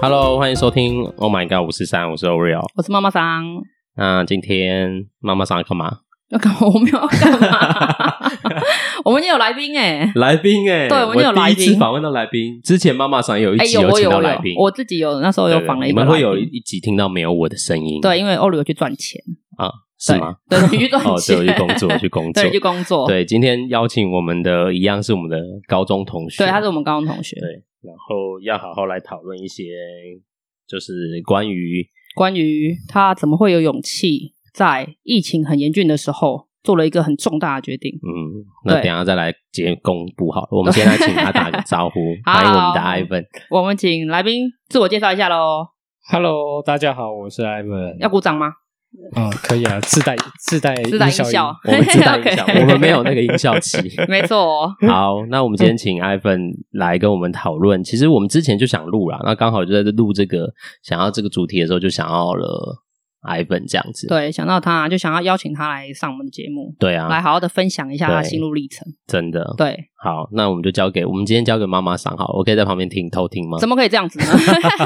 Hello，欢迎收听 Oh My God 五四三，我是 Oreo。我是妈妈桑，那今天妈妈上来干嘛？要干嘛？ 我没有要干 嘛。我们也有来宾哎、来宾哎、对我们有第一来次宾访问到来宾，之前妈妈上有一哎、集有我请有到我来有宾，，我自己有那时候对有对访了你一个们来宾，会有一集听到没有我的声音，对，因为欧鲁有去赚 钱，啊，是吗？对，你去 赚哦，对，钱，我去工作，我去工作， 对，去工作，对，今天邀请我们的一样是我们的高中同学，对，他是我们高中同学，对，然后要好好来讨论一些，就是关于关于他怎么会有勇气在疫情很严峻的时候做了一个很重大的决定。嗯，那等对一下再来结公布好了。我们先来请他打个招呼， 好欢迎我们的 Ivan。我们请来宾自我介绍一下喽， Hello，大家好，我是 Ivan。要鼓掌 吗？嗯，可以啊，自带自带哦 自带音效音效 我们自带音效， OK 我们没有那个音效 器。没错、哦，好，那我们今天请 Ivan 来跟我们讨论。其实我们之前就想录啦，那刚好就在录这个想要这个主题的时候，就想要了 Ivan 这样子。对，想到他就想要邀请他来上我们的节目，对啊，来好好的分享一下他对心路历程。真的。对，好，那我们就交给我们今天交给妈妈上好了，我可以在旁边听偷听吗？怎么可以这样子呢？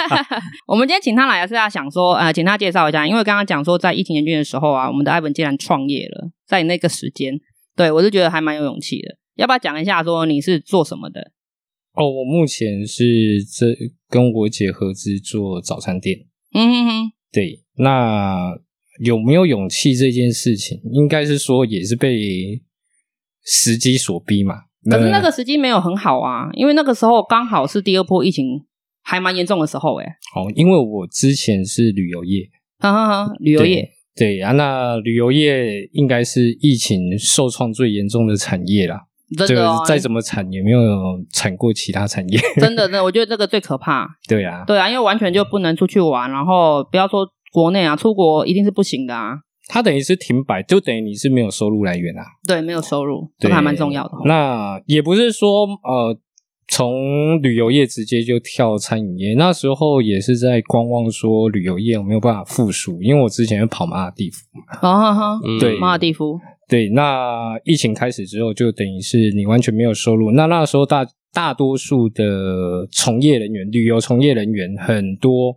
我们今天请他来是要想说，呃，请他介绍一下，因为刚刚讲说在疫情严峻的时候啊，我们的艾文竟然创业了，在那个时间，对我是觉得还蛮有勇气的。要不要讲一下说你是做什么的？哦。我目前是这跟我姐合资做早餐店。嗯哼哼，对，那有没有勇气这件事情，应该是说也是被时机所逼嘛。可是那个时机没有很好啊，因为那个时候刚好是第二波疫情还蛮严重的时候、欸，哎，嗯哦，因为我之前是旅游业，哼哼哼，旅游业，对啊，那旅游业应该是疫情受创最严重的产业啦。真的、哦就，是再怎么产也没有产过其他产业。 真的真的，我觉得这个最可怕，对啊，对啊，因为完全就不能出去玩，然后不要说国内啊，出国一定是不行的啊。它等于是停摆，就等于你是没有收入来源啊，对，没有收入，这对，个还蛮重要的哦。那也不是说呃，从旅游业直接就跳餐饮业，那时候也是在观望说旅游业有没有办法复苏，因为我之前是跑马尔地夫，哦哈哈，嗯对马尔蒂夫，对，那疫情开始之后，就等于是你完全没有收入。那那时候大大多数的从业人员，旅游从业人员很多，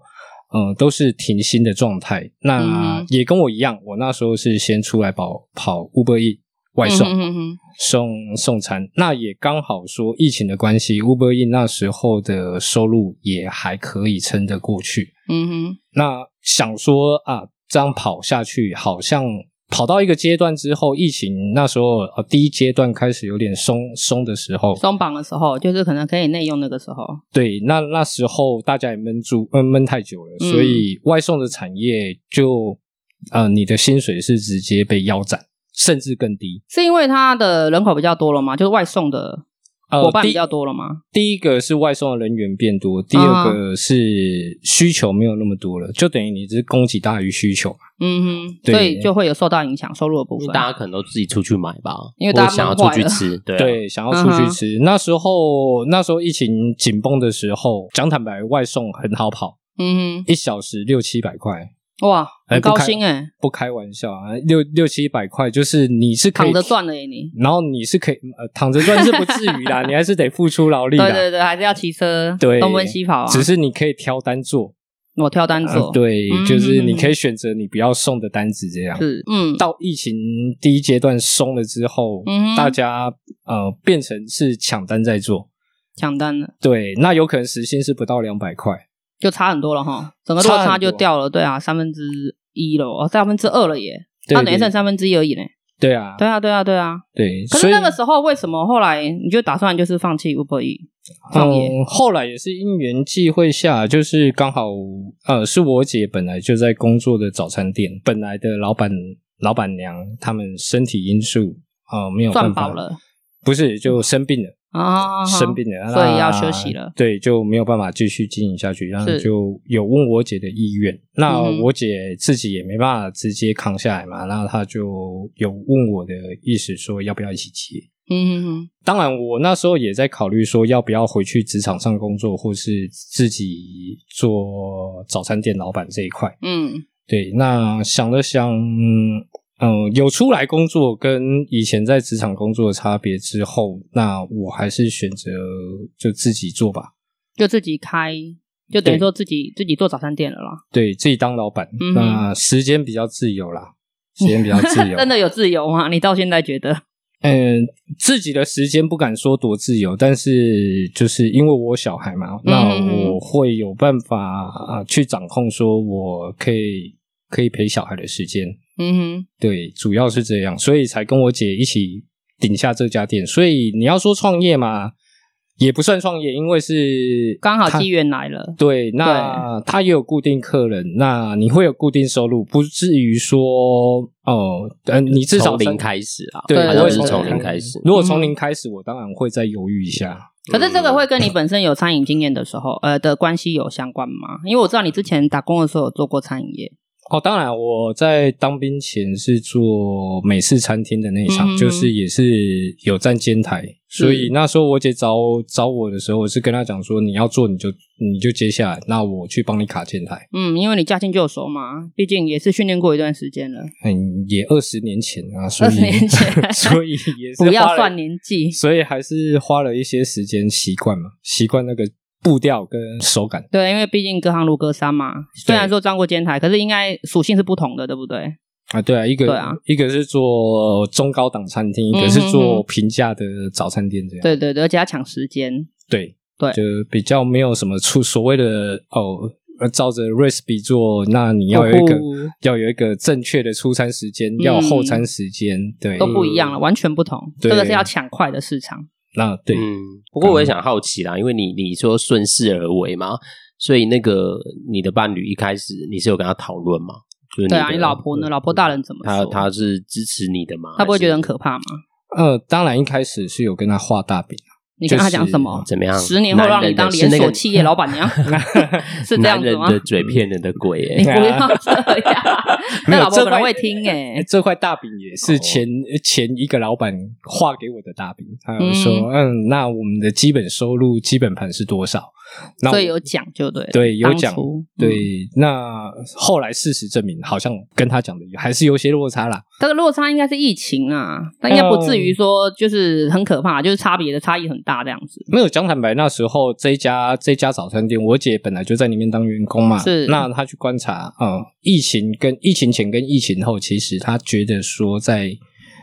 嗯、都是停薪的状态。那嗯也跟我一样，我那时候是先出来跑跑 Uber E 外送、嗯哼哼送送餐。那也刚好说疫情的关系，Uber E 那时候的收入也还可以撑得过去。嗯哼，那想说啊，这样跑下去，好像跑到一个阶段之后，疫情那时候呃第一阶段开始有点松松的时候，松绑的时候就是可能可以内用那个时候，对，那那时候大家也闷住，呃闷、闷太久了，嗯所以外送的产业就呃你的薪水是直接被腰斩，甚至更低。是因为它的人口比较多了吗？就是外送的呃伙伴第比较多了啊吗？第一个是外送的人员变多，第二个是需求没有那么多了，就等于你是供给大于需求。嗯哼，对所以就会有受到影响收入的部因分为。大家可能都自己出去买吧，因为大或家者想要闷出坏去了吃，对啊对，想要出去嗯吃。那时候那时候疫情紧绷的时候，讲坦白，外送很好跑，嗯一小时六七百块，哼，哇，很哎不高开薪哎，不开玩笑啊，六六七百块就是你是可躺以着赚的耶你。然后你是可以呃躺着赚是不至于 啦，你还是得付出劳力啦。对对对，还是要骑车，对东奔西跑啊。只是你可以挑单做，我挑单呃做，对，嗯就是你可以选择你不要送的单子这样。是嗯，到疫情第一阶段松了之后，嗯哼大家呃变成是抢单在做，抢单的对，那有可能时薪是不到两百块，就差很多了哈，整个落差差很就多掉了，对啊，三分之一了，哦，三分之二了耶，对啊那等于对剩三分之一而已呢。对啊，对啊，对啊，对啊。对，可所是以那个时候为什么后来你就打算就是放弃 Uber E 创业？嗯，后来也是因缘际会下，就是刚好呃，是我姐本来就在工作的早餐店，本来的老板老板娘他们身体因素呃没有赚办法饱，了不是就生病了，啊，生病了，所以那要休息了。对，就没有办法继续经营下去，然后是就有问我姐的意愿，那嗯哼我姐自己也没办法直接扛下来嘛，那她就有问我的意思说要不要一起接，嗯嗯当然，我那时候也在考虑说，要不要回去职场上工作，或是自己做早餐店老板这一块。嗯，对，那想了想，嗯、呃有出来工作跟以前在职场工作的差别之后，那我还是选择就自己做吧。就自己开就等于对啊说自己自己做早餐店了啦，对自己当老板，嗯哼那时间比较自由啦，时间比较自 由。真的有自由吗？你到现在觉得？嗯，自己的时间不敢说多自由，但是就是因为我有小孩嘛，那嗯嗯嗯我会有办法啊去掌控，说我可以可以陪小孩的时间。嗯对，主要是这样，所以才跟我姐一起顶下这家店。所以你要说创业嘛，也不算创业，因为是哼，刚好她机缘来了。对，那他也有固定客人，那你会有固定收入，不至于说哦，呃，你至少从零三开始啊，对，好我像会是从从零零开始。嗯如果从零开始，我当然会再犹豫一下。可是这个会跟你本身有餐饮经验的时候，呃的关系有相关吗？因为我知道你之前打工的时候有做过餐饮业，哦，当然，我在当兵前是做美式餐厅的那一场，嗯就是也是有站监台，嗯所以那时候我姐找找我的时候，我是跟她讲说，你要做你就你就接下来，那我去帮你卡监台。嗯，因为你驾轻就熟嘛，毕竟也是训练过一段时间了，嗯，也二十年前啊，所以20年前 所以也是不要花了算年纪。所以还是花了一些时间习惯嘛，习惯那个步调跟手感。对，因为毕竟隔行如隔山嘛。虽然说站过监台，可是应该属性是不同的，对不对？啊，对啊，一个对啊嗯一个是做中高档餐厅，一个是做平价的早餐店这样。对对对，而且要抢时间。对嗯对就比较没有什么出所谓的哦，呃照着 recipe 做，那你要有一个都嗯不嗯要有一个正确的出餐时间，要有后餐时间，对，都不一样了，完全不同。这对个是要抢快的市场。那对，嗯，不过我也想好奇啦，因为你你说顺势而为嘛，所以那个你的伴侣一开始你是有跟他讨论吗？就是对啊，的你老婆呢？嗯老婆大人怎么他说？他是支持你的吗？她不会觉得很还可怕吗？呃，当然一开始是有跟他画大饼，你跟就她是讲什么是？怎么样？十年后让你当连男人锁的企业老 板娘，是这样男子人吗？的嘴骗人的 鬼你欸，不要这样，啊 没那有老婆这可能块会听哦哎。这块大饼也是前、前一个老板画给我的大饼，他有说，嗯那我们的基本收入基本盘是多少？那我所以有讲就对了，对有当讲初，嗯对，那后来事实证明，好像跟他讲的还是有些落差啦。这个落差应该是疫情啊，但应该不至呃于说就是很可怕，就是差别的差异很大这样子。没有讲坦白，那时候这一家这一家早餐店，我姐本来就在里面当员工嘛，是那她去观察，嗯，疫情跟疫情前跟疫情后，其实她觉得说在。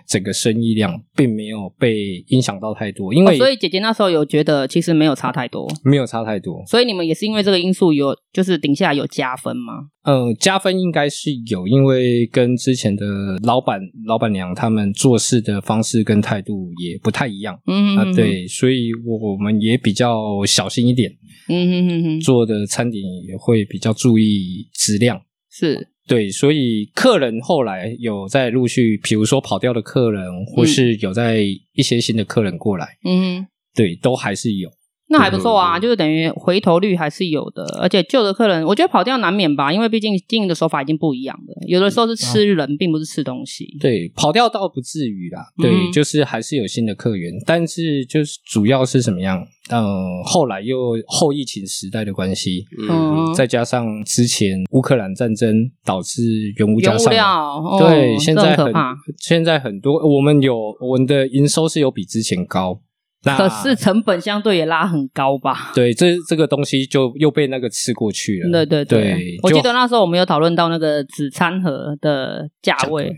整个生意量并没有被影响到太多，因哦为所以姐姐那时候有觉得其实没有差太多，没有差太多。所以你们也是因为这个因素有就是顶下有加分吗？嗯，加分应该是有，因为跟之前的老板、老板娘他们做事的方式跟态度也不太一样、嗯啊，，对，所以我我们也比较小心一点，嗯哼哼哼，做的餐点也会比较注意质量。是对，所以客人后来有在陆续，比如说跑掉的客人，或是有在一些新的客人过来，嗯哼。对，都还是有。那还不错啊，嗯就是等于回头率还是有的，而且旧的客人，我觉得跑掉难免吧，因为毕竟经营的手法已经不一样了，有的时嗯候是啊吃人，并不是吃东西。对，跑掉倒不至于啦，对，嗯就是还是有新的客源，但是就是主要是什么样？嗯，后来又后疫情时代的关系， 嗯，再加上之前乌克兰战争导致原物原价物上料涨。哦，对，现在这很很可怕，现在很多我们有我们的营收是有比之前高，那可是成本相对也拉很高吧？对这这个东西就又被那个吃过去了。对对对我就记得那时候我们有讨论到那个纸餐盒的价位，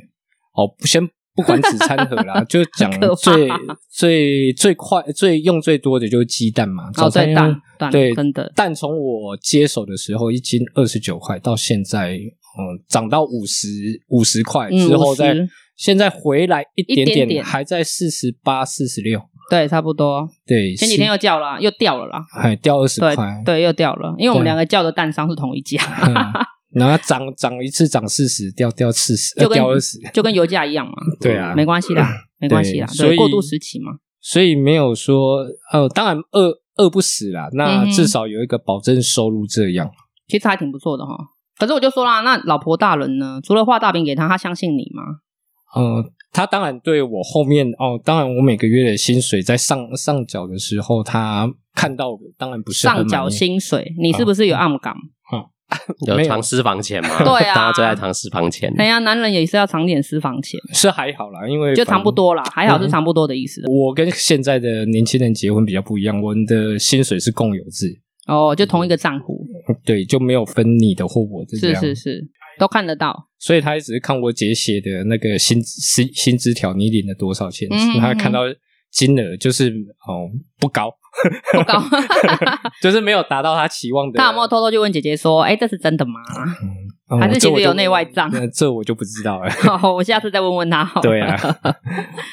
哦，先不管只餐盒 啦，就讲可怕最最最快最用最多的就是鸡蛋嘛，哦早餐对用蛋蛋对真的蛋从我接手的时候一斤二十九块，到现在嗯涨到五十五十块嗯之后再， 50现在回来一点一点点还在四十八四十六，对，差不多。对，前几天又叫了，又掉了啦，还掉二十对块，对，又掉了，因为我们对两个叫的蛋商是同一家，嗯然后涨涨一次涨四十，掉掉四十，就呃跟掉二十，就跟油价一样嘛，对啊没关系啦，没关系啦，所对，以过渡时期嘛，所以没有说呃，当然饿饿不死啦，那嗯哼至少有一个保证收入这样。其实还挺不错的哈。可是我就说啦，那老婆大人呢？除了画大饼给他，他相信你吗？呃，他当然对我后面哦，当然我每个月的薪水在上上缴的时候，他看到我当然不是很上满缴意嗯薪水，你是不是有暗感？有没有藏私房钱吗？ 对啊大家最爱藏私房钱。哎呀，男人也是要藏点私房钱，是还好啦，因为就反藏不。多啦，还嗯好是藏不多的意思。我跟现在的年轻人结婚比较不一样，我们的薪水是共有制，哦，就同一个账户，对，就没有分你的或我的嗯这是样。是是，都看得到。所以他也只是看我姐写的那个薪薪薪资条，你领了多少钱？嗯嗯他看到金额就是哦 不高，不高啊 就是没有达到他期望的。他有没有偷偷去问姐姐说：“哎，这是真的吗嗯还是这我其实就有内外账哦呃这我就不知道了。？”好，我下次再问问他好。对啊，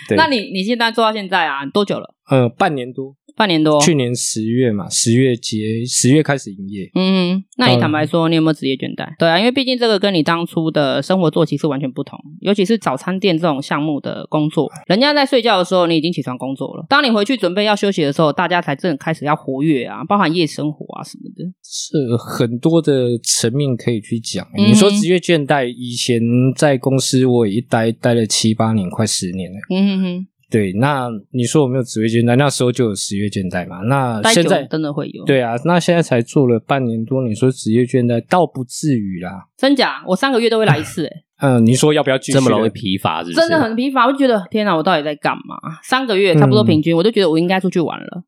对那你你现在做到现在啊，多久了？呃，半年多，半年多。去年十月嘛，十月结，十月开始营业。嗯，那你嗯坦白说，你有没有职业倦怠？对啊，因为毕竟这个跟你当初的生活作息是完全不同，尤其是早餐店这种项目的工作，人家在睡觉的时候，你已经起床工作了。当你回去准备要休息的时候，大家才正开始要活跃啊，包含夜生活啊什么的。是很多的层面可以去讲。嗯你说职业倦怠，以前在公司我也一待待了七八年，快十年了。嗯哼哼，对，那你说我没有职业倦怠，那时候就有职业倦怠嘛？那待久现了在真的会有。，对啊，那现在才做了半年多，你说职业倦怠倒不至于啦。真假？我三个月都会来 一次、欸，嗯，你说要不要继续？这么容易？疲乏，是不是？真的很疲乏，我就觉得天哪，我到底在干嘛？三个月嗯差不多平均，我就觉得我应该出去玩 了，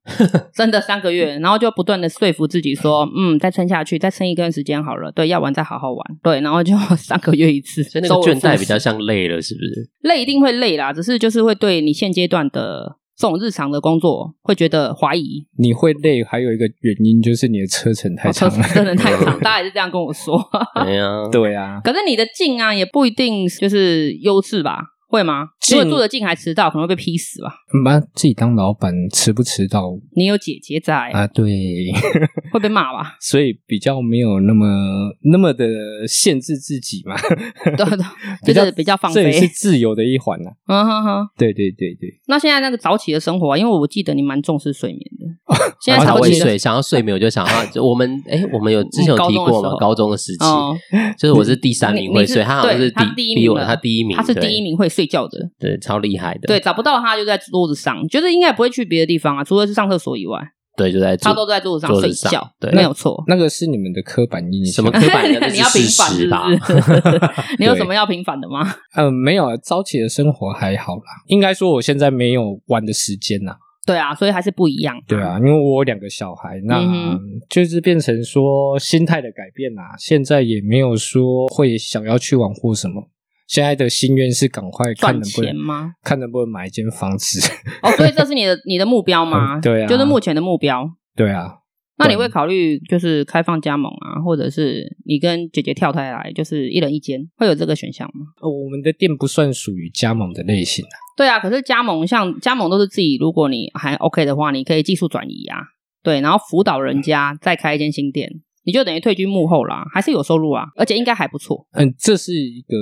真的三个月，然后就不断的说服自己说，嗯，再撑下去，再撑一段时间好了，对，要玩再好好玩，对，然后就三个月一次，所以那个周而复倦始怠比较像累了，是不是？累，一定会累啦，只是就是会对你现阶段的这种日常的工作会觉得怀疑，你会累，还有一个原因就是你的车程太哦车程长了。真的太长，大家也是这样跟我说，哎呀， 对啊，可是你的近啊也不一定就是优势吧，会吗？如近果住的近还迟到，可能会被劈死吧。妈嗯啊自己当老板迟不迟到你有姐姐在，哎啊？对。 会被骂吧？ 所以比较没有那么那么的限制自己嘛，对对，就是比较放这也是飞。自由的一环呐、嗯哼哼。对对对对，那现在那个早起的生活啊，因为我记得你蛮重视睡眠的，现然在后早想问起的睡，想要睡眠，我就想要就我们哎，我们有之前有提过嘛，高中的时期，哦，就是我是第三名会你睡，你是他好像对是他第一名比我了他第一名，他是第一名会睡觉的，对，对，超厉害的，对，找不到他就在桌子上，就是应该也不会去别的地方啊，除了是上厕所以外，对，就在他做都在桌子上桌睡子上觉，对没有错。那个是你们的刻板印象。什么刻板 的 你要是平事反实是吧？ 不 是？你有什么要平反的吗？呃，没有，早起的生活还好啦。应该说我现在没有玩的时间呐、对啊，所以还是不一样。对啊，因为我有两个小孩，那嗯就是变成说心态的改变啦、现在也没有说会想要去玩或什么。现在的心愿是赶快看赚能不能钱吗？看能不能买一间房子。 哦，所以这是你的你的目标吗？嗯对啊就是目前的目标。对啊，那你对会考虑就是开放加盟啊，或者是你跟姐姐跳开来，就是一人一间，会有这个选项吗？呃我们的店不算属于加盟的类型啊。对啊，可是加盟像加盟都是自己，如果你还 OK 的话，你可以技术转移啊，对，然后辅导人家再开一间新店，你就等于退居幕后啦，还是有收入啊，而且应该还不错。嗯，这是一个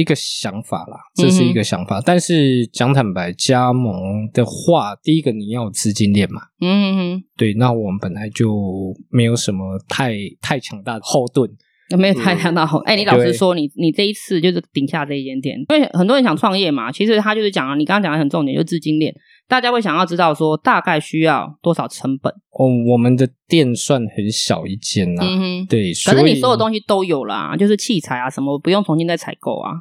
一个想法啦，嗯这是一个想法。但是讲坦白，加盟的话，第一个你要有资金链嘛，嗯，对。那我们本来就没有什么太太强大的后盾，有没有太看到？哎、你老嗯对实说，你你这一次就是顶下这一间店，因为很多人想创业嘛，其实他就是讲啊，你刚刚讲的很重点，就是资金链，大家会想要知道说大概需要多少成本。哦，我们的店算很小一间啦、嗯哼。对，可所是以你所有东西都有啦，就是器材啊什么，不用重新再采购啊，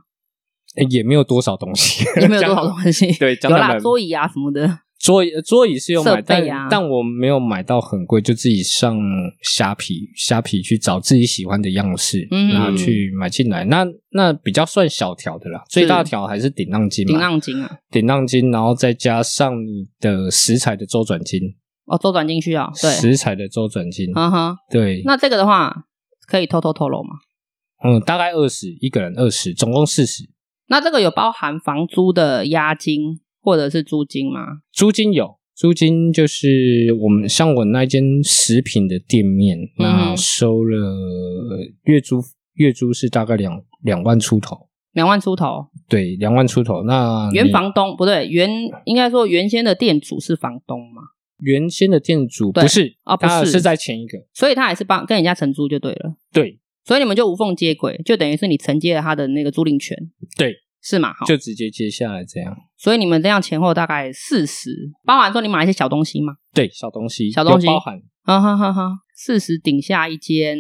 呃也没有多少东西，。也没有多少东西对有讲坦白啦，桌椅啊什么的。桌椅呃桌椅是有买，设但备啊但我没有买到很贵，就自己上虾皮虾皮去找自己喜欢的样式，嗯然后去买进来。那那比较算小条的啦，最大条还是顶浪金嘛，顶浪金啊，顶浪金，然后再加上你的食材的周转金，哦，周转进去啊，对，食材的周转金，嗯哼。对，那这个的话，可以偷偷透露吗？嗯，大概二十一个人二十，总共四十。那这个有包含房租的押金或者是租金吗？租金有，租金就是我们像我那间食品的店面，嗯那收了呃月租，月租是大概两两万出头，两万出头，对，两万出头。那你原房东不对，原应该说原先的店主是房东嘛，原先的店主对不是啊不是他是在前一个，所以他也是帮跟人家承租就对了，对，所以你们就无缝接轨，就等于是你承接了他的那个租赁权，对，是吗？好，就直接接下来这样。所以你们这样前后大概四十，包含说你买一些小东西嘛，对，小东西，小东西有包含哈哈哈哈，四十顶下一间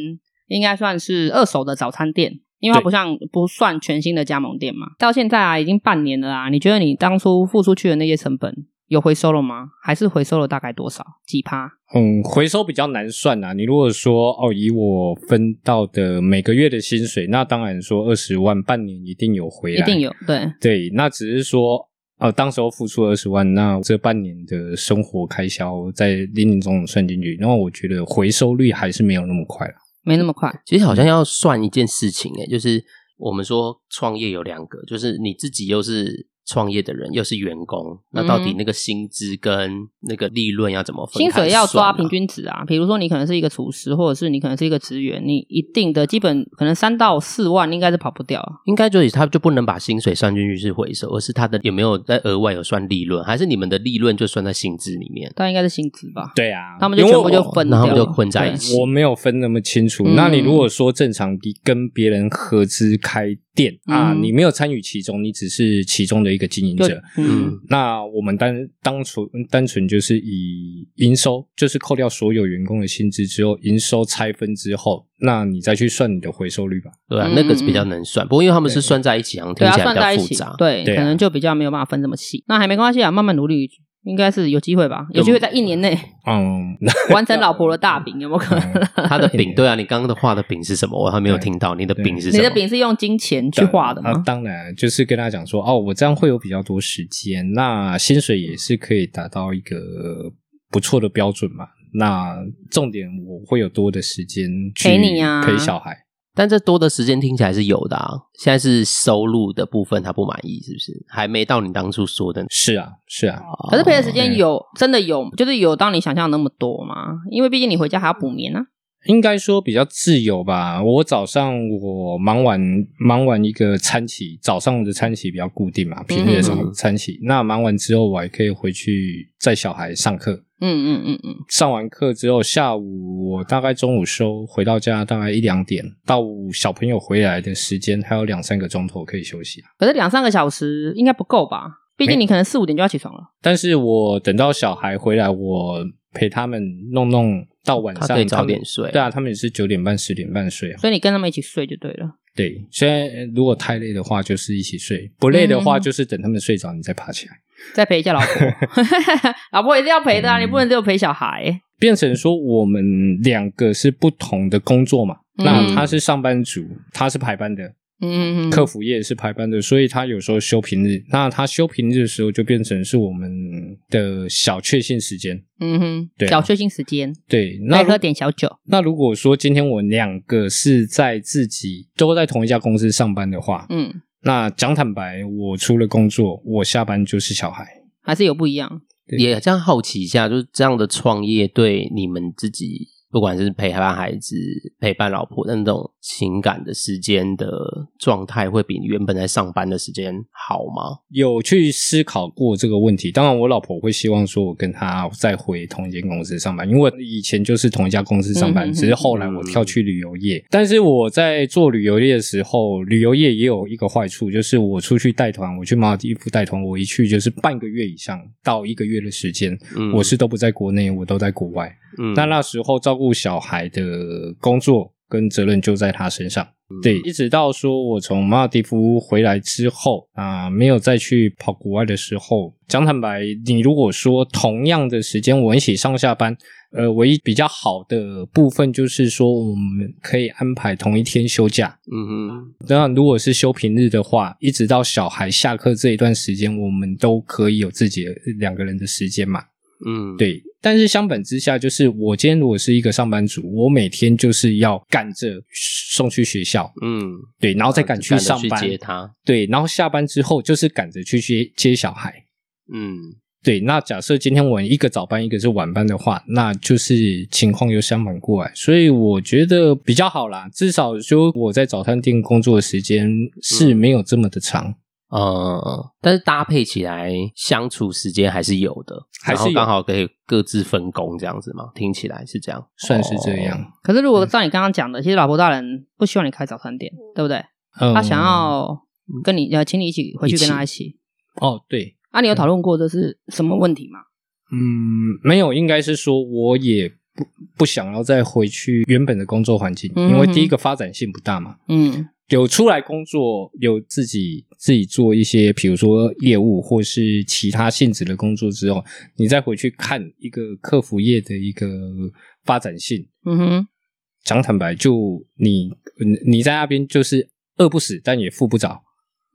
应该算是二手的早餐店，因为它对不像不算全新的加盟店嘛。到现在啊，已经半年了啊，你觉得你当初付出去的那些成本有回收了吗？还是回收了大概多少几趴？嗯，回收比较难算啊。你如果说哦，以我分到的每个月的薪水，那当然说二十万半年一定有回一来，定有对，对，那只是说，呃，当时候付出二十万，那这半年的生活开销在零零总总算进去，那我觉得回收率还是没有那么快了。没那么快。其实好像要算一件事情诶、就是我们说创业有两个，就是你自己又是创业的人，又是员工，那到底那个薪资跟那个利润要怎么分、嗯薪水要抓平均。均值啊，比如说你可能是一个厨师，或者是你可能是一个职员，你一定的基本可能三到四万应该是跑不掉啊。应该就是他就不能把薪水算进去是回收，而是他的有没有在额外有算利润，还是你们的利润就算在薪资里面？但应该是薪资吧？对啊，他们就因为全部就我分然掉后了，他们就混在一起我没有分那么清楚。嗯那你如果说正常地跟别人合资开店、啊，嗯你没有参与其中，你只是其中的一个经营对。者就。嗯，那我们单当纯单纯就是以营收，就是扣掉所有员工的薪资之后，营收拆分之后，那你再去算你的回收率吧。对啊嗯，那个是比较能算。不过因为他们是对算在一起，好像对听啊，起来算比在较一复起杂，。对，对啊可能就比较没有办法分这么细。那还没关系啊，慢慢努力，应该是有机会吧？有机会在一年 内嗯，完成老婆的大饼，有没有可能？ 他的饼，对啊，你刚刚的画的饼是什么？我还没有对听到你的饼是什你么？啊哦的饼是用金钱 去画的那吗？当然，就是跟他讲说，哦，我这样会有比较多时间，那薪水也是可以达到一个不错的标准嘛。那重点我会有多的时间去陪你啊陪小孩。但这多的时间听起来是有的啊。现在是收入的部分他不满意，是不是？还没到你当初说的。是啊，是啊，可是陪的时间对有真的有，就是有当你想象的那么多吗？因为毕竟你回家还要补眠啊。应该说比较自由吧。我早上我忙完忙完一个餐期，早上我的餐期比较固定嘛，平日的嗯餐餐期。那忙完之后，我还可以回去载小孩上课。嗯嗯嗯嗯，上完课之后，下午我大概中午收，回到家大概一两点，到小朋友回来的时间还有两三个钟头可以休息啊。可是两三个小时应该不够吧？毕竟你可能四五点就要起床了。但是我等到小孩回来，我陪他们弄弄到晚上，他可以早们点睡对啊，他们也是九点半、十点半睡啊。所以你跟他们一起睡就对了。对，虽然呃如果太累的话，就是一起睡；不累的话，嗯就是等他们睡着，你再爬起来。再陪一 下老婆， 老婆一定要陪的嗯啊，你不能只有陪小孩。变成说我们两个是不同的工作嘛？嗯那他是上班族，他是排班的，嗯，嗯嗯客服业是排班的，所以他有时候休平日。那他休平日的时候，就变成是我们的小确幸时间。嗯哼，对啊小确幸时间，对，那来如喝点小酒。那如果说今天我两个是在自己都在同一家公司上班的话，嗯，那讲坦白，我除了工作，我下班就是小孩。还是有不一样。也这样好奇一下，就是这样的创业对你们自己，不管是陪伴孩子、陪伴老婆的那种情感的时间的状态，会比你原本在上班的时间好吗？有去思考过这个问题。当然，我老婆会希望说我跟她再回同一间公司上班，因为我以前就是同一家公司上嗯嗯班，嗯只是后来我跳去旅游业。但是我在做旅游业的时候，旅游业也有一个坏处，就是我出去带团，我去马尔代夫带团，我一去就是半个月以上到一个月的时间，嗯我是都不在国内，我都在国外。嗯那那时候照顾小孩的工作跟责任就在他身上。嗯对，一直到说我从马尔蒂夫回来之后啊、没有再去跑国外的时候，讲坦白，你如果说同样的时间我一起上下班，呃，唯一比较好的部分就是说我们可以安排同一天休假。嗯那如果是休平日的话，一直到小孩下课这一段时间，我们都可以有自己的两个人的时间嘛。哼嗯，对，但是相反之下，就是我今天如果是一个上班族，我每天就是要赶着送去学校，嗯，对，然后再赶去上赶着班去，接他，对，然后下班之后就是赶着去接接小孩，嗯对。那假设今天我一个早班，一个是晚班的话，那就是情况又相反过来，所以我觉得比较好啦，至少说我在早餐店工作的时间是没有这么的长。呃，但是搭配起来相处时间还是有的，还是然后有刚好可以各自分工这样子嘛，听起来是这样，哦算是这样，可是如果照你刚刚讲的，其实老婆大人不希望你开早餐店，对不对？嗯，哦他想要跟你呃，请你一起回去跟他一起。哦，对，啊，你有讨论过这是什么问题吗？嗯，没有，应该是说我也不不想要再回去原本的工作环境，嗯因为第一个发展性不大嘛。嗯有出来工作，有自己自己做一些，比如说业务或是其他性质的工作之后，你再回去看一个客服业的一个发展性，嗯哼，讲坦白，就你你你在那边就是饿不死，但也富不着，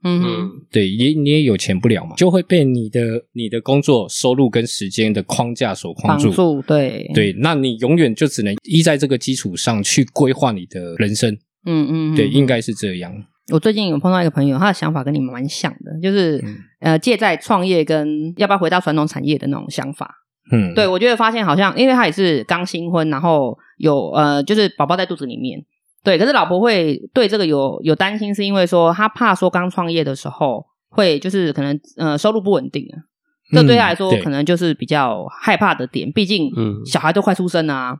嗯哼，嗯，对，也你也有钱不了嘛，就会被你的你的工作收入跟时间的框架所框绑住。住，对，，对，那你永远就只能依在这个基础上去规划你的人生。嗯嗯，嗯对，应该是这样。我最近有碰到一个朋友，他的想法跟你们蛮像的，就是、嗯呃，借在创业跟要不要回到传统产业的那种想法。嗯，对，我觉得发现好像，因为他也是刚新婚，然后有呃，就是宝宝在肚子里面。对，可是老婆会对这个有有担心，是因为说她怕说刚创业的时候会就是可能呃收入不稳定啊，这对她来说嗯对可能就是比较害怕的点，毕竟嗯小孩都快出生啊。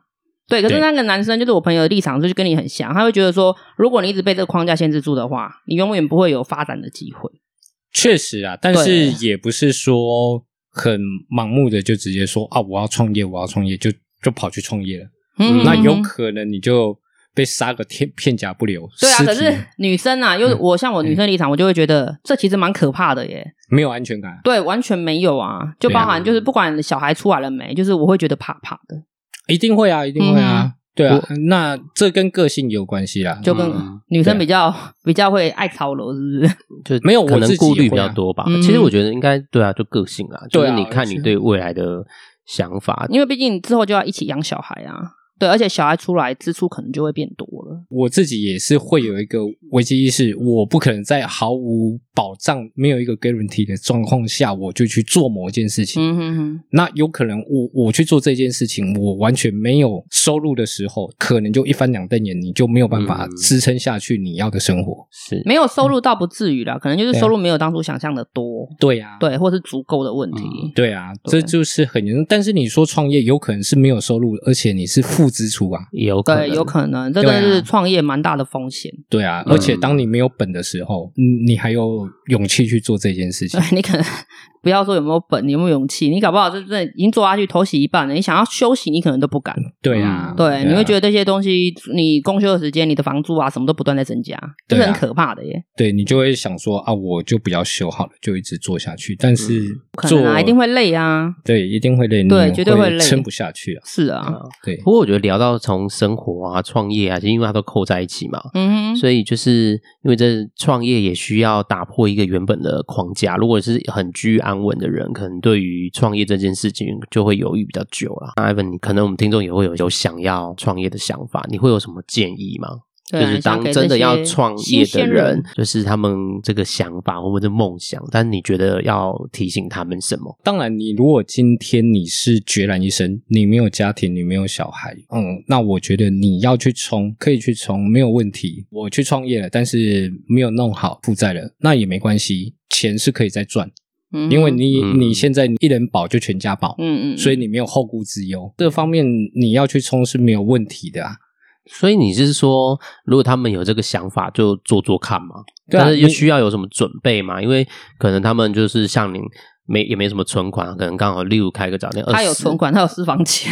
对，可是对那个男生就是我朋友的立场，就是跟你很像，他会觉得说，如果你一直被这个框架限制住的话，你永远不会有发展的机会。确实啊，但是也不是说很盲目的就直接说啊，我要创业，我要创业，就就跑去创业了。嗯那有可能你就被杀个片片甲不留。对啊，尸体嗯可是女生啊，又我像我女生立场，我就会觉得这其实蛮可怕的耶。没有安全感啊。对，完全没有啊，就对啊包含就是不管小孩出来了没，就是我会觉得怕怕的，一定会啊，一定会啊，对啊，那这跟个性有关系啦。嗯就跟嗯女生对啊比较比较会爱操劳，是不是？就没有可我能自己顾也虑会比较啊多吧。嗯其实我觉得应该对啊，就个性啊，就对是啊你看你是对未来的想法，因为毕竟之后就要一起养小孩啊，对，而且小孩出来支出可能就会变多了。我自己也是会有一个危机意识，我不可能在毫无保障、没有一个 guarantee 的状况下，我就去做某一件事情。嗯哼哼，那有可能我我去做这件事情，我完全没有收入的时候，可能就一翻两瞪眼，你就没有办法嗯支撑下去你要的生活。是没有收入倒不至于啦，可能就是对啊收入没有当初想象的多，对呀、啊，对，或是足够的问题。对啊，对这就是很严重。但是你说创业，有可能是没有收入，而且你是负支出啊。也有可能对，有可能，这对真啊的是创业蛮大的风险。对啊，嗯而且当你没有本的时候，嗯你还有勇气去做这件事情 对。你可能不要说有没有本，有没有勇气，你搞不好这这已经做下去头洗一半了，你想要休息，你可能都不敢。对啊，对，你会觉得得这些东西，你公休的时间、你的房租啊，什么都不断在增加，这对啊是很可怕的耶。对你就会想说啊，我就不要修好了，就一直做下去。但是不可做能啊，一定会累啊。对，一定会累，对你绝对会累撑不下去啊。是啊，对不过我觉得聊到从生活啊、创业啊，其实因为它都扣在一起嘛，嗯哼，所以就是因为这创业也需要打破一个原本的框架。如果是很居安稳的人，可能对于创业这件事情就会犹豫比较久啦。那 Ivan，你可能我们听众也会有有想要创业的想法，你会有什么建议吗？对就啊是当真的要创业的人，，就是他们这个想法或者是梦想，但是你觉得要提醒他们什么？当然，你如果今天你是决然一生，你没有家庭，你没有小孩，嗯，那我觉得你要去冲，可以去冲，没有问题。我去创业了，但是没有弄好，负债了，那也没关系，钱是可以再赚，嗯哼因为你、嗯你现在一人保就全家保，嗯嗯，所以你没有后顾之忧，这方面你要去冲是没有问题的啊。所以你是说，如果他们有这个想法，就做做看嘛？对啊但是又你需要有什么准备嘛？因为可能他们就是像您没也没什么存款，啊可能刚好例如开个早店，他有存 款。。款，他有私房钱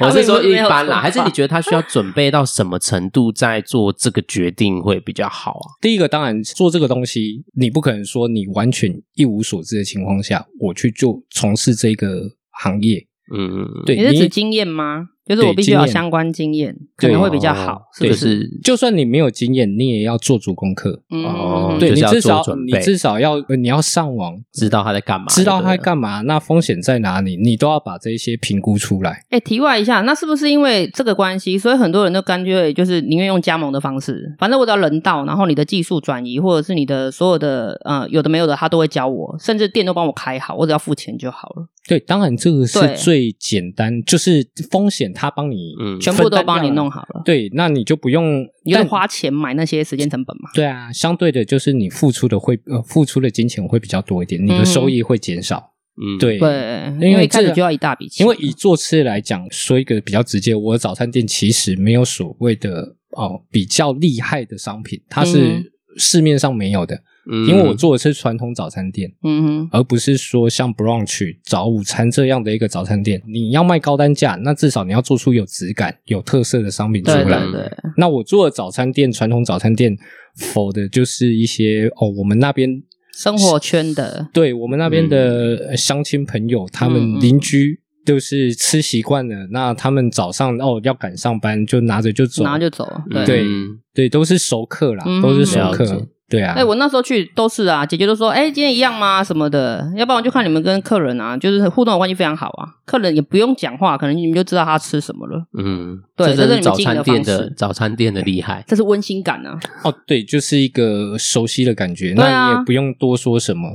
我是说他并不一没有般存啦，款还是你觉得他需要准备到什么程度再做这个决定会比较好啊？第一个，当然做这个东西，你不可能说你完全一无所知的情况下，我去就从事这个行业。嗯，对，你是指你经验吗？就是对我必须要有经验相关经验，可对哦能会比较好，是就不是？哦是就算你没有经验，你也要做足功课。嗯哦对就你是要至少做准你备至少要呃你要上网知道他在干嘛，知道他在对不对干嘛，那风险在哪里，你都要把这些评估出来。哎、题外一下，那是不是因为这个关系，所以很多人都干脆就是宁愿用加盟的方式？反正我只要人到，然后你的技术转移，或者是你的所有的呃有的没有的，他都会教我，甚至店都帮我开好，我只要付钱就好了。对，当然这个是对最简单，就是风险他帮你嗯全部都分担帮你掉弄。好了，对，那你就不用你就但花钱买那些时间成本嘛。对啊，相对的，就是你付出的会呃付出的金钱会比较多一点，你的嗯收益会减少。嗯，对，对，因因为一开这始个就要一大笔钱，因为以做吃来讲，说一个比较直接，我的早餐店其实没有所谓的哦比较厉害的商品，它嗯是市面上没有的。嗯因为我做的是传统早餐店，嗯哼，而不是说像 brunch 早午餐这样的一个早餐店。你要卖高单价，那至少你要做出有质感、有特色的商品出对来。对对，那我做的早餐店，传统早餐店否的就是一些哦，我们那边生活圈的，对我们那边的呃乡亲朋友，他嗯嗯们邻居就是吃习惯了，那他们早上哦要赶上班，就拿着就走，然后就走了。对，对嗯对，都是熟客啦，嗯都是熟了解客，对啊哎、，我那时候去都是啊，姐姐都说，哎、今天一样吗？什么的，要不然我就看你们跟客人啊，就是互动的关系非常好啊，客人也不用讲话，可能你们就知道他吃什么了，嗯，对这真的这是是你早们经营餐的店方的式早餐店的厉害。这是温馨感啊。哦对，就是一个熟悉的感觉，对啊那你也不用多说什么。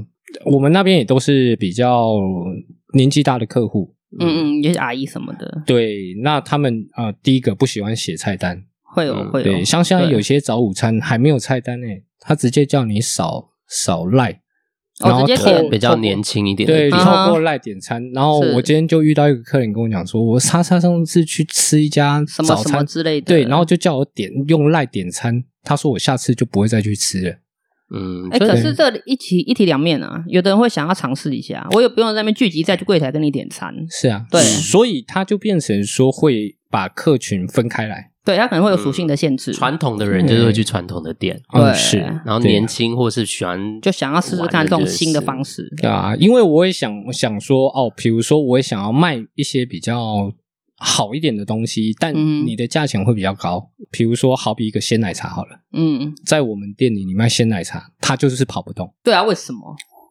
我们那边也都是比较年纪大的客户，嗯嗯，也是阿姨什么的，对，那他们呃，第一个不喜欢写菜单，会有、嗯会有。哦对，像现在对有些早午餐还没有菜单呢、他直接叫你扫扫赖，哦然后直接透点比较年轻一点的对，地嗯方，透过赖点餐。然后是我今天就遇到一个客人跟我讲说，我叉叉上次去吃一家什么早什么餐，之类的，对，然后就叫我点用赖点餐，他说我下次就不会再去吃了。嗯，哎、所以可是这一体一体两面啊，有的人会想要尝试一下，我也不用在那边聚集在柜台跟你点餐，是啊，对所以他就变成说会把客群分开来。对他可能会有属性的限制，传统的人就是会去传统的店，对嗯，是，然后对啊年轻或是喜欢就想要试试看这种新的方式，式，对啊，因为我也想想说，哦，比如说我也想要卖一些比较好一点的东西，但嗯你的价钱会比较高。比如说，好比一个鲜奶茶好了，嗯，在我们店里你卖鲜奶茶，它就是跑不动。对啊，为什么？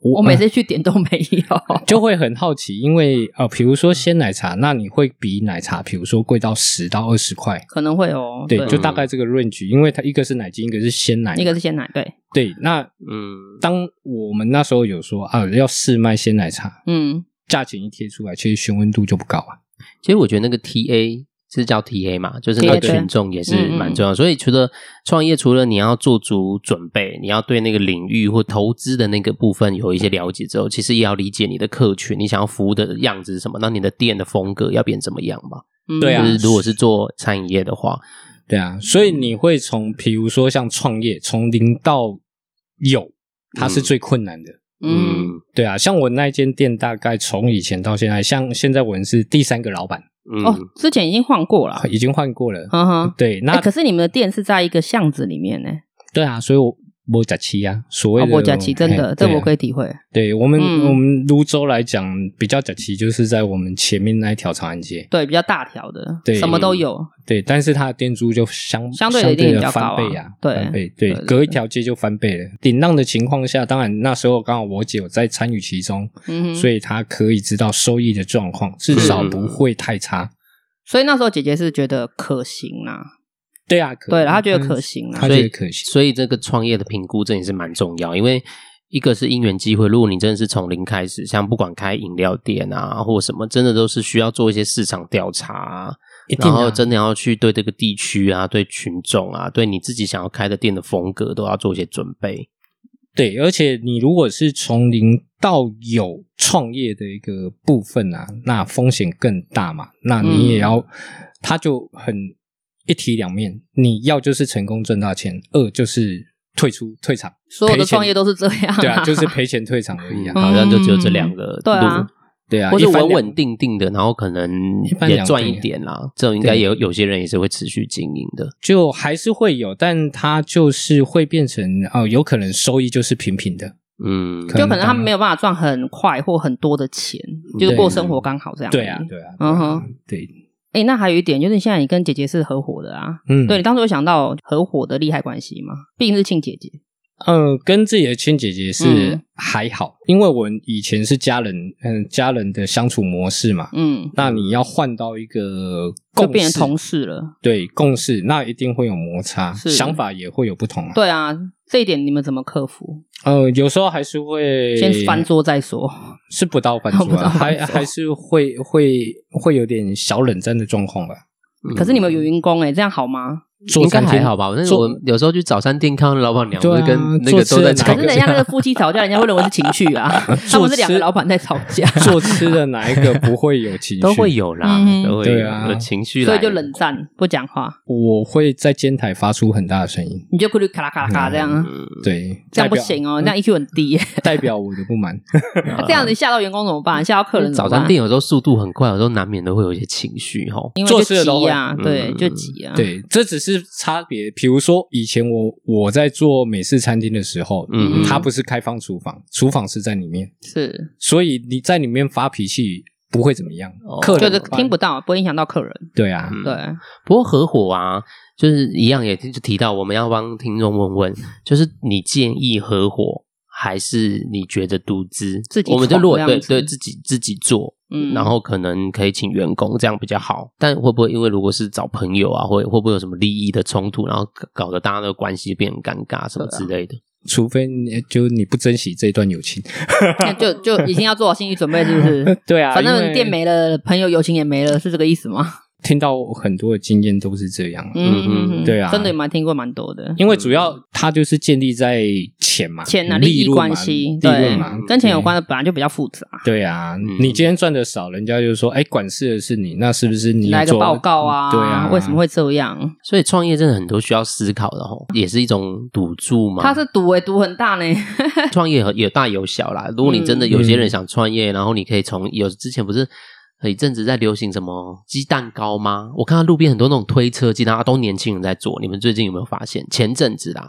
我我每、呃次去点都没有， 就会很好奇，因为呃，比如说鲜奶茶，那你会比奶茶，比如说贵到十到二十块。可能会哦，对，就大概这个 range，因为它一个是奶嗯精，一个是鲜奶，一个是鲜奶，对，对。那嗯，当我们那时候有说啊，要试卖鲜奶茶，嗯，价钱一贴出来，其实询问度就不高啊。其实我觉得那个 TA 是叫 TA 嘛，就是那个 TA 对群众也是嗯蛮重要的。所以除了创业，除了你要做足准备，你要对那个领域或投资的那个部分有一些了解之后，其实也要理解你的客群，你想要服务的样子是什么，那你的店的风格要变怎么样嘛？嗯对啊就是如果是做餐饮业的话，对啊，所以你会从，比如说像创业，从零到有，它是最困难的。嗯，对啊，像我那一间店，大概从以前到现在，像现在我是第三个老板，啊嗯哦，之前已经换过了，已经换过了。哈哈。对，那、哎，可是你们的店是在一个巷子里面呢，对啊，所以我莫假期啊，所谓哦，的我假期真的，这我可以。以体会。哎对啊我们、嗯我们泸州来讲，比较假期就是在我们前面那一条长安街。对，比较大条的，对什么都有，对，但是它的店租就相相对对的一定比的较高啊翻倍啊，对翻倍，对对对，隔一条街就翻倍了。顶浪的情况下，当然那时候刚好我姐有在参与其中，嗯哼，所以她可以知道收益的状况，至少不会太差。所以那时候姐姐是觉得可行啦，对啊，可对啦，她觉得可行啊啦所她，觉以得可惜。所以这个创业的评估这也是蛮重要，因为一个是因缘机会，如果你真的是从零开始，像不管开饮料店啊或什么，真的都是需要做一些市场调查、啊。一定然啊后真的要去对这个地区啊、对群众啊、对你自己想要开的店的风格都要做一些准备。对，而且你如果是从零到有创业的一个部分啊，那风险更大嘛，那你嗯也要，它就很一体两面，你要就是成功赚大钱，二就是退出退场，所有的赔钱创业都是这样，对啊， 就是赔钱退场而已嗯，啊，好像就只有这两个路，对啊对啊，或者一翻稳两稳定定的，然后可能一翻也两赚倍一点啦。这种应该对也有有些人也是会持续经营的。就还是会有，但它就是会变成哦、有可能收益就是平平的，嗯，可就能可能他们当没有办法赚很快或很多的钱，就是对过生活刚好这样。对啊，对啊，嗯哼。对，哎，那还有一点就是，现在你跟姐姐是合伙的啊，嗯，对你当初有想到合伙的利害关系吗？毕竟是亲姐姐，嗯，跟自己的亲姐姐是嗯还好，因为我以前是家人，嗯，家人的相处模式嘛。嗯，那你要换到一个就共变识成同事了。对共识，那一定会有摩擦，是想法也会有不同啊。对啊，这一点你们怎么克服？呃，有时候还是会先翻，桌再说。是不到翻 桌、不到啊，翻还桌还是会会会有点小冷战的状况吧。嗯可是你们有员工哎，这样好吗？做应该餐厅还好吧？但是做我有时候去早餐店看到老板娘，对啊我就跟那个都在吵可做吃的那个是等一下那个夫妻吵架，人家会认为是情绪 啊，他们是两个老板在吵架， 做吃的哪一个不会有情绪？都会。有啦，嗯都会对有啊有情绪来，所以就冷战不讲话，我会在监台发出很大的声音，你就咕噜咔啦咔啦咔啦这样啊，嗯，对，这样不代表嗯行哦，这样 EQ 很低耶。代表我的不满。 这样子吓到员工怎么嗯办？吓到客人啊早怎么办餐店有时候速度很快，有时候难免都会有一些情绪哈。因为做就事的都急会啊，对，嗯就急啊，对，这只是差别。比如说，以前我我在做美式餐厅的时候，嗯它不是开放厨房，厨房是在里面，是所以你在里面发脾气不会怎么样，哦客就人是怎么办听不到，不会影响到客人。对啊，嗯对，不过合伙啊，就是一样也就提到我们要帮听众问问，就是你建议合伙还是你觉得独资？自己我们就闯如果这样对子对自己自己做，嗯，然后可能可以请员工，这样比较好。但会不会因为如果是找朋友啊，会会不会有什么利益的冲突，然后搞搞得大家的关系变得尴尬什么啊之类的？除非你就你不珍惜这段 友情，？那就就已经要做好心理准备，是不是对 啊反因正为店没了，朋友友情也没了，是这个意思吗？听到很多的经验都是这样，嗯嗯，对啊真的也蛮听过蛮多的。因为主要它就是建立在钱嘛，钱啊，利益润嘛关系，利润对嘛，跟钱有关的本来就比较复杂，对啊，嗯你今天赚的少，人家就说，哎，管事的是你，那是不是你有来个做报告啊，对啊，嗯为什么会这样？所以创业真的很多需要思考的吼，也是一种赌注嘛。他是赌诶，赌很大呢， 创业有大有小啦。如果你嗯真的有嗯些人想创业，然后你可以从有之前不是有一阵子在流行什么鸡蛋糕吗？我看到路边很多那种推车鸡蛋糕都年轻人在做，你们最近有没有发现？前阵子啦。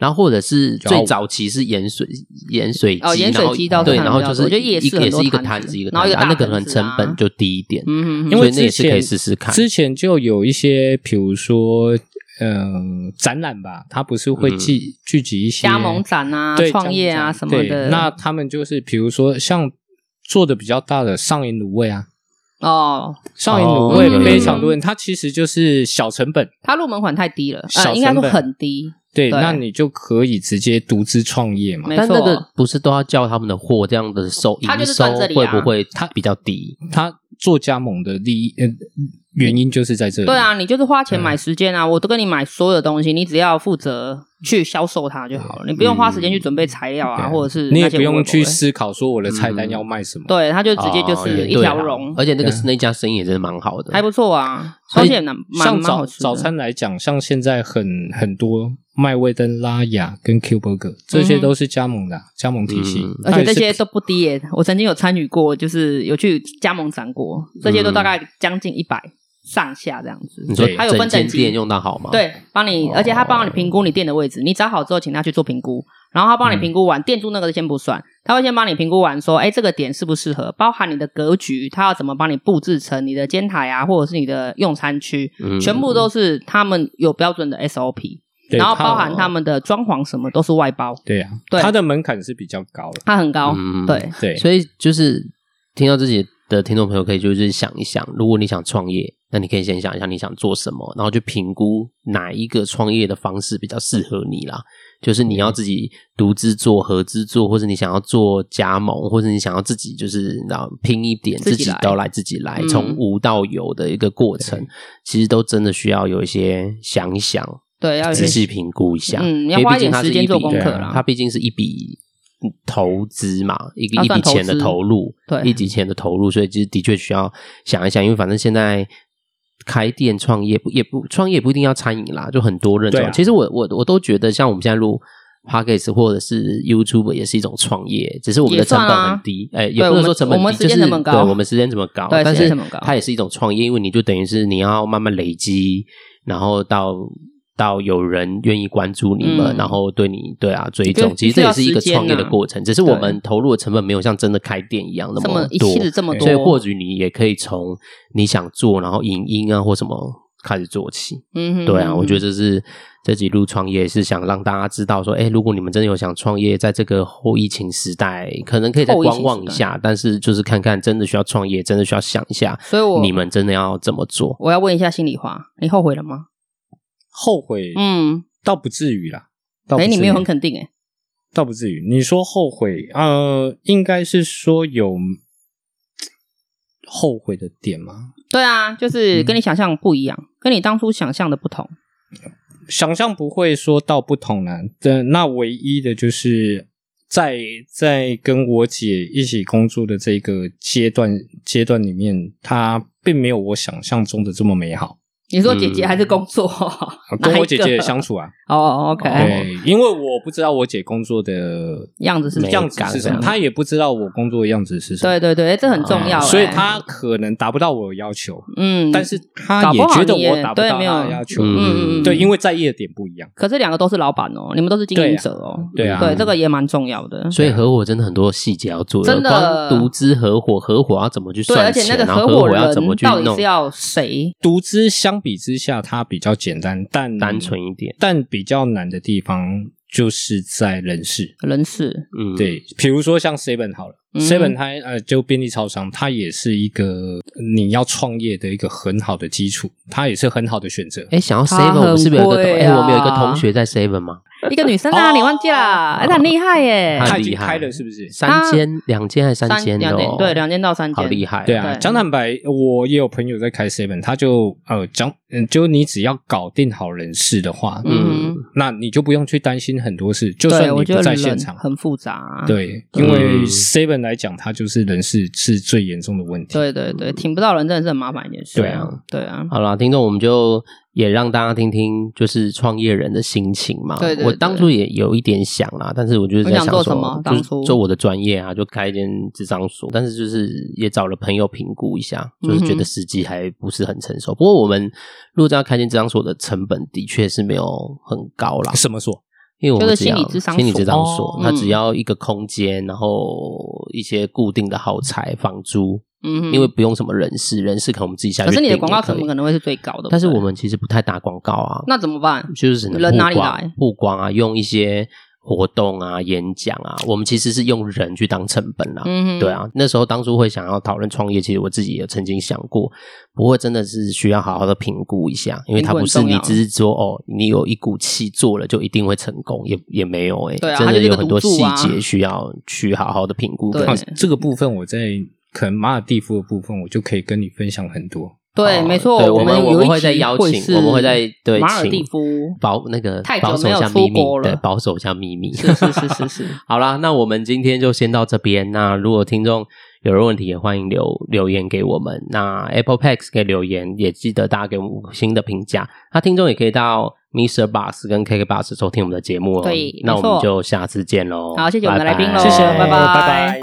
然后或者是最早期是盐水盐水鸡，哦盐水然后鸡倒是对，看然得后到就我是觉得夜一市个很也多是一个摊摊子子一个摊子，然后一个啊那大个可能盆子成啊本就低一点，嗯， 因因为为那也之是前可以试试看之前就有一些，比如说，嗯、展览吧，它不是会聚、聚集一些加盟展啊对、创业啊加什盟展么对的，那他们就是，比如说像做的比较大的上银卤味啊，哦，上银卤哦味非常多人，它其实就是小成本。他入门款太低了，小呃，应该成说本很低，对，对那你就可以直接独资创业嘛没。但那错个不是都要叫他们的货这样的收他营就是收赚这里会啊不会它比较低？他做加盟的利益，呃，原因就是在这里。对，啊，你就是花钱嗯买时间啊，我都跟你买所有的东西，你只要负责去销售它就好了，你不用花时间去准备材料啊，或者是嗯你也那些不用去无谓思考说我的菜单要卖什么。对，他就直接就哦也是一对条啦龙，而且那个对啊那家生意也真的蛮好的，还不错啊，所而以且蛮蛮像蛮好早吃的早餐来讲，像现在很很多麦味登、拉雅跟 Q Burger，这些都是加盟的啊、加盟体系嗯，而且这它也些是都不低耶、我曾经有参与过，就是有去加盟展过，这些嗯都大概将近一百上下这样子。你说对还有整分间等店级，用到好吗？，对，帮你，哦而且他帮你评估你店的位置，你找好之后请他去做评估，然后他嗯帮你评估完，店主那个先不算，他会先帮你评估完说，哎，这个点适不适合，包含你的格局，他要怎么帮你布置成你的间台啊，或者是你的用餐区，嗯全部都是他们有标准的 SOP，对然后它包含他们的装潢什么都是外包，对啊，对它的门槛是比较高的。它很高，嗯对。对，所以就是听到自己的听众朋友可以就是想一想，如果你想创业，那你可以先想一下你想做什么，然后去评估哪一个创业的方式比较适合你啦。就是你嗯要自己独资做、合资做，或者你想要做加盟，或者你想要自己就是然后拼一点，自自己己来都来，自己来，嗯从无到有的一个过程，其实都真的需要有一些想一想，对，要有仔细评估一下，嗯因要为花毕一竟点它是一时间笔做功课对啊啦它毕竟是一笔投资嘛，一个要一笔啊算投钱的资投入，对一笔钱的投入，所以其实的确需要想一想，因为反正现在。开店创业不也不创业不一定要餐饮啦，就很多人这种。对啊其实我我我都觉得，像我们现在录 podcast 或者是 YouTube 也是一种创业，只是我们的也成算本啊很低，哎、也对不能我们说成本低，我们时间就是成本高对我们时间成本高，对但时是间成本高它也是一种创业，因为你就等于是你要慢慢累积，然后到到有人愿意关注你们，嗯然后对你对啊追就踪，其实这也是一个需要时间创业的啊过程，只是我们投入的成本没有像真的开店一样那这么一多气，子这么多，所以或许你也可以从你想做，然后影音啊或什么开始做起。嗯哼，对啊，我觉得得这是这几路创业是想让大家知道说，哎，如果你们真的有想创业，在这个后疫情时代，可能可以再后疫情观望一下，但是就是看看真的需要创业，真的需要想一下，所以我你们真的要怎么做。我要问一下心里话，你后悔了吗？后悔嗯，倒不至于啦，倒不哎，至于你没有很肯定哎，倒不至于。你说后悔，呃，应该是说有后悔的点吗？对啊，就是跟你想象不一样，跟你当初想象的不同，想象不会说到不同难，但那唯一的就是在在跟我姐一起工作的这个阶段阶段里面，它并没有我想象中的这么美好。你说姐姐嗯还是工作？ 跟我姐姐相相处 啊，哦，OK，对，因为我不知道我姐工作的样子是美样子感是这什么，样她也不知道我工作的样子是什么，啊对对对，这很重要欸。所以她可能达不到我的要求，嗯，但是她搞也不好觉得你也我达不对到没她有的要求，嗯对，因为为在意的点不一样。可是两个都是老板哦，你们都是经营者哦，对啊，对，这个也蛮重要的。所以合伙真的很多细节要做，啊真的光独资合伙，合伙要怎么去对，算而且钱，那个然后伙合伙要怎么人去到底弄是，要谁？独资相比之下，它比较简单，但嗯单纯，一点，但比较难的地方就是在人事。人事，嗯，，对，比如说像 Seven 好了、嗯 s e v e n 它呃就便利超商，它也是一个你要创业的一个很好的基础，它也是很好的选择。哎，想要它 seven，我是不是有一个同？很贵哎，啊我们有一个同学在 seven 嘛，一个女生啊，哦你忘记啦？哎，她很厉害耶，她它很已厉经害开了，是不是？三间、两间还是三间两的间哦？对，两间到三间，好厉害，对啊，对讲坦白，我也有朋友在开 Seven，他就呃讲，嗯，就你只要搞定好人事的话，嗯嗯，那你就不用去担心很多事，就对，算我你觉得不在人现场，很复杂，对，对因为嗯 Seven 来讲，它就是人事是最严重的问题。对对嗯对，请不到人真的是很麻烦一件事。对啊，对啊，好啦，听众，我们就也让大家听听，就是创业人的心情嘛。对对我对当初也有一点想啦，但是我就是在你想做说，什么就是当初做我的专业啊，就开一间智商所，但是就是也找了朋友评估一下，就是觉嗯哼得时机还不是很成熟。不过我们如果真要开间智商所的成本，的确是没有很高啦，什么所？因为我就们是只要心理咨商心理所智商哦所，它只嗯要一个空间，然后一些固定的耗材、房租，嗯哼，因为不用什么人事，人事可能我们自己下去定可就可是以。你的广告成本可能会是最高的，但是对不我对们其实不太打广告啊，那怎么办？就是只能人曝哪里光来曝光啊，用一些活动啊、演讲啊，我们其实是用人去当成本啦、嗯哼，对，啊，那时候当初会想要讨论创业，其实我自己也曾经想过，不过真的是需要好好的评估一下，因为它评估很不是重你要啊只是说哦，你有一股气做了就一定会成功，也也没有哎、对啊真它就的是一个有很多赌注细啊节需要去好好的评估对跟哦这个部分我在可能马尔蒂夫的部分，我就可以跟你分享很多。对，哦没错，对我我们有我一们会集再邀会请是我们会再对马尔请蒂夫保那个太久保守没一有下出秘密国，了对，保守一下秘密，是是是是是，好啦，那我们今天就先到这边。那如果听众有问题，也欢迎留留言给我们。那 Apple p a x 可以留言，也记得大家给我们五星的评价。那听众也可以到 Mr. Bus 跟 KK Bus 收听我们的节目哦。对那没我错们就下次见喽。好，谢谢我们的来宾喽，拜拜谢谢拜拜拜